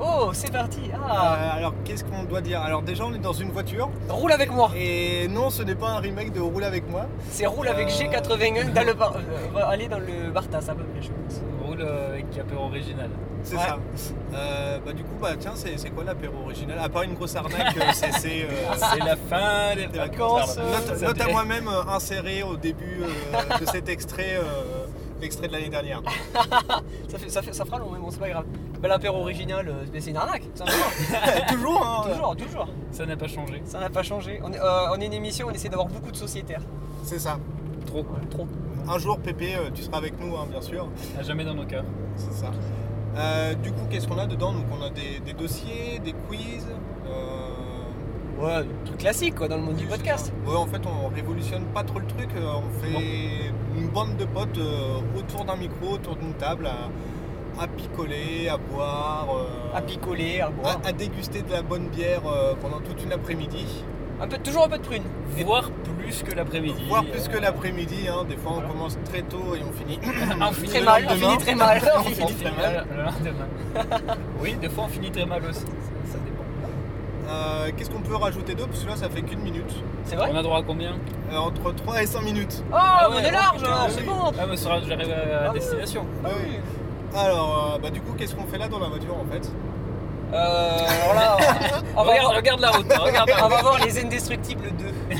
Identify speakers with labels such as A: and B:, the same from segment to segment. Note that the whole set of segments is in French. A: Oh, c'est parti ah,
B: Euh, alors, qu'est-ce qu'on doit dire Alors, déjà, on est dans une voiture.
A: Roule avec moi
B: Et non, ce n'est pas un remake de Roule avec moi.
A: C'est roule avec
B: Euh,
A: G81 dans le bar... euh, va aller dans le Barta, ça peut plaît, je pense.
C: Roule euh, avec un peu original.
B: C'est
A: Ouais.
B: ça. Euh, bah, du coup, bah, tiens, c'est c'est quoi l'apéro original À part une grosse arnaque, euh, c'est- c'est. euh,
C: C'est la fin des
B: des
C: vacances.
B: vacances. Note, note à moi-même euh, inséré au début euh, de cet extrait, euh, l'extrait de l'année dernière.
A: Ça, fait, ça, fait, ça fera long, mais bon, c'est pas grave. Bah, L'apéro original, euh, mais c'est une arnaque, ça
B: Toujours, hein
A: Toujours, toujours.
C: Ça n'a pas changé.
A: Ça n'a pas changé. On est, euh, on est une émission, on essaie d'avoir beaucoup de sociétaires.
B: C'est ça.
C: Trop.
A: Trop.
B: Un jour, Pépé, euh, tu seras avec nous, hein, bien sûr.
C: À jamais dans nos cœurs.
B: C'est ça. Euh, du coup, qu'est-ce qu'on a dedans Donc, on a des, des dossiers, des quiz. euh,
A: Ouais, truc classique, quoi, dans le monde du
B: c'est
A: podcast.
B: ça. Ouais, en fait, on révolutionne pas trop le truc. euh, On fait une bande de potes euh, autour d'un micro, autour d'une table, à, à picoler, à boire. euh,
A: À picoler, à boire.
B: à, à déguster de la bonne bière euh, pendant toute une après-midi.
A: ah. Un peu, toujours un peu de prune.
C: Voire plus que l'après-midi. euh,
B: Voire plus que l'après-midi, hein. des fois on
C: voilà.
B: commence très tôt et on finit.
C: Ah, on finit
A: Très
B: le
A: mal, on
B: lendemain.
A: finit très mal.
B: On
A: On
C: On
B: finit
A: finit-
C: finit
B: très
C: mal le lendemain. oui, des fois on finit très mal aussi. Ça, ça dépend.
B: Euh, Qu'est-ce qu'on peut rajouter d'autre Parce que là ça fait qu'une minute.
A: C'est vrai
C: On a droit à combien
B: Euh, entre 3 et 5 minutes.
A: Oh,
C: Ah
A: on
C: ouais,
A: est large,
C: putain,
A: hein,
C: oui.
A: c'est bon.
C: Ah, mais ça, j'arrive à
A: Ah oui.
C: destination.
B: Ah oui. Alors, euh, bah, du coup, qu'est-ce qu'on fait là dans la voiture en fait
A: Euh, alors là, on- on va
C: Regarde,
A: voir-
C: regarde la route. regarde la
A: on
C: route.
A: va voir les Indestructibles 2.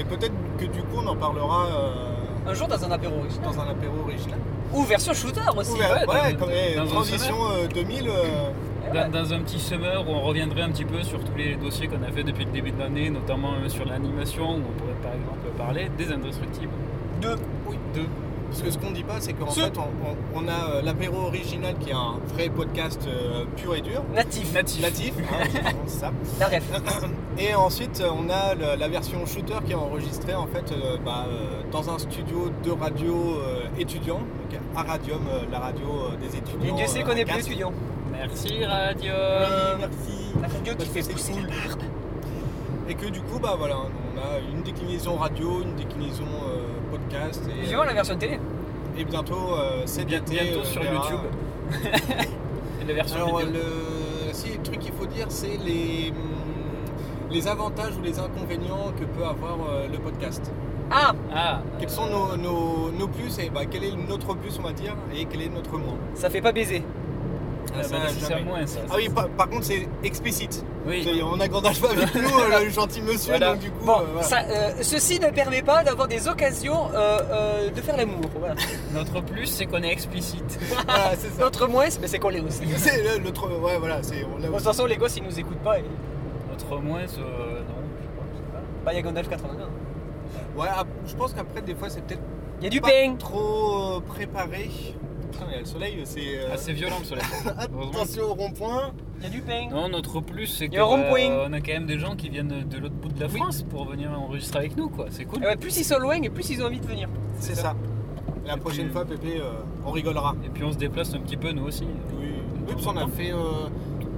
B: Et peut-être que du coup on en parlera euh,
A: Un jour dans un apéro original.
B: dans un apéro original.
A: Ou version shooter aussi.
B: Ouais,
C: Ah, ouais,
B: ouais,
C: dans-
B: comme
C: dans-
B: eh,
C: dans un
B: transition euh, 2000. euh,
A: Eh ouais.
C: Dans, dans un petit summer où on reviendrait un petit peu sur tous les dossiers qu'on a fait depuis le début de l'année, notamment euh, sur l'animation, où on pourrait par exemple parler des indestructibles.
A: Deux.
B: Oui, deux. Parce que ce qu'on dit pas, c'est qu'en
A: Ce-
B: fait, on, on- on a euh, l'apéro original qui est un vrai podcast euh, pur et dur,
A: Natif.
C: Natif.
B: natif, hein, c'est ça.
A: La ref.
B: Et ensuite, euh, on a le- la version shooter qui est enregistrée en fait euh, bah, euh, dans un studio de radio euh, étudiant, donc à Radium, euh, la radio euh, des
A: Et
B: étudiants.
A: Dieu sait
B: euh,
A: qu'on est
B: à
A: plus
B: Castres.
A: étudiant.
C: Merci Radio
B: Oui,
C: Euh,
B: merci.
A: La radio qui
B: Parce
A: fait
B: que c'est
A: pousser
B: cool. Et que du coup, bah voilà, on a une déclinaison radio, une déclinaison euh, podcast. Et,
A: Vivement la version télé.
B: et bientôt, euh, c'est
C: Bien- Bientôt sur YouTube. Et la version
B: Alors, euh,
C: vidéo.
B: le, si, le truc qu'il faut dire, c'est les, hum, les avantages ou les inconvénients que peut avoir euh, le podcast.
A: Ah,
C: Ah,
B: Quels sont nos, nos- nos plus et bah, quel est notre plus, on va dire, et quel est notre moins
A: ça fait pas baiser.
C: ah,
B: ça,
C: bah, c'est
B: jamais.
C: moins ça.
B: Ah oui, par, par contre, c'est explicite.
A: Ah,
C: Oui.
B: C'est- On n'agrandage pas avec nous, euh, le gentil monsieur,
C: Voilà.
B: donc du coup.
A: Bon,
B: euh, voilà.
A: ça, euh, ceci ne permet pas d'avoir des occasions euh, euh, de faire l'amour. Voilà.
C: Notre plus, c'est qu'on est explicite.
B: Voilà, c'est ça.
A: Notre moins, mais c'est qu'on l'est aussi.
B: C'est le, le tro- ouais, voilà, c'est. on l'a
A: Bon, de toute façon, les gosses, ils nous écoutent pas. Et...
C: Notre moins, euh, non, je sais pas, je sais pas.
A: Bah, il y a Gandalf 81.
B: Ouais, ap- je pense qu'après, des fois, c'est peut-être
A: Il y a du
B: pas
A: pain.
B: trop euh, préparé. Putain, il y a le soleil, c'est. euh,
C: Ah, c'est violent le soleil. Heureusement.
B: Attention au rond-point.
A: Il y a du pain.
C: Non, notre plus, c'est
A: Il
C: que
A: y a un rond-point.
C: bah, on a quand même des gens qui viennent de l'autre bout de la
A: Oui.
C: France pour venir enregistrer avec nous, quoi. C'est cool.
A: Eh ouais, plus ils sont loin et plus ils ont envie de venir.
B: C'est ça. La
C: Et
B: prochaine
C: puis-
B: fois, Pépé, euh, on rigolera.
C: Et puis on se déplace un petit peu nous aussi.
B: Oui, parce qu'on a fait euh,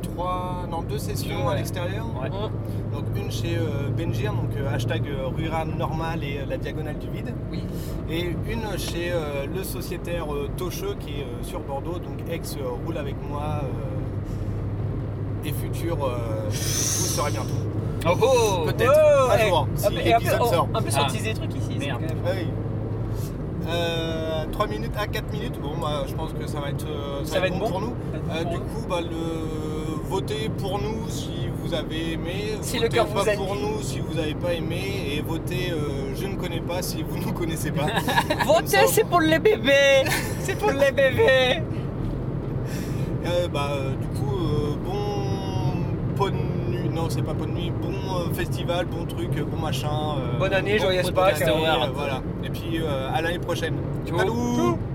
B: trois, non, deux sessions à
C: Ouais.
B: l'extérieur.
C: Ouais.
A: Ah.
B: Donc une chez euh, Benjir, donc euh, hashtag euh, rural normal et euh, la diagonale du vide.
A: Oui.
B: Et une chez euh, le sociétaire euh, Tocheux qui est euh, sur Bordeaux, donc ex euh, roule avec moi euh, et futur euh, vous saurez bientôt.
C: Oh oh
B: Peut-être.
A: Oh,
B: un
A: eh,
B: jour,
A: ah,
B: si
A: mais- et après,
B: l'épisode
A: oh,
B: sort.
A: En plus, on
C: Ah.
A: utilise des trucs ici. c'est
C: Merde.
A: quand même-
B: Ah oui. Euh, 3 minutes à 4 minutes, bon bah je pense que ça va être, euh,
A: Ça va être bon.
B: pour nous. Euh,
A: Bon.
B: du coup, bah, le... votez pour nous si vous avez aimé,
A: Si le
B: votez
A: cœur
B: pas
A: vous a
B: pour
A: dit.
B: nous si vous n'avez pas aimé, et votez euh, je ne connais pas si vous ne connaissez pas. Comme ça,
A: Votez, c'est pour les bébés. C'est pour les bébés.
B: Euh, bah, euh, du coup, euh, bon bonne nuit, non c'est pas bonne nuit, bon euh, festival, bon truc, euh, bon machin. euh,
A: Bonne année, joyeuse Pâques,
B: podcast,
C: euh,
B: euh, voilà. Et puis euh, à l'année prochaine.
C: Ciao.
B: Salut.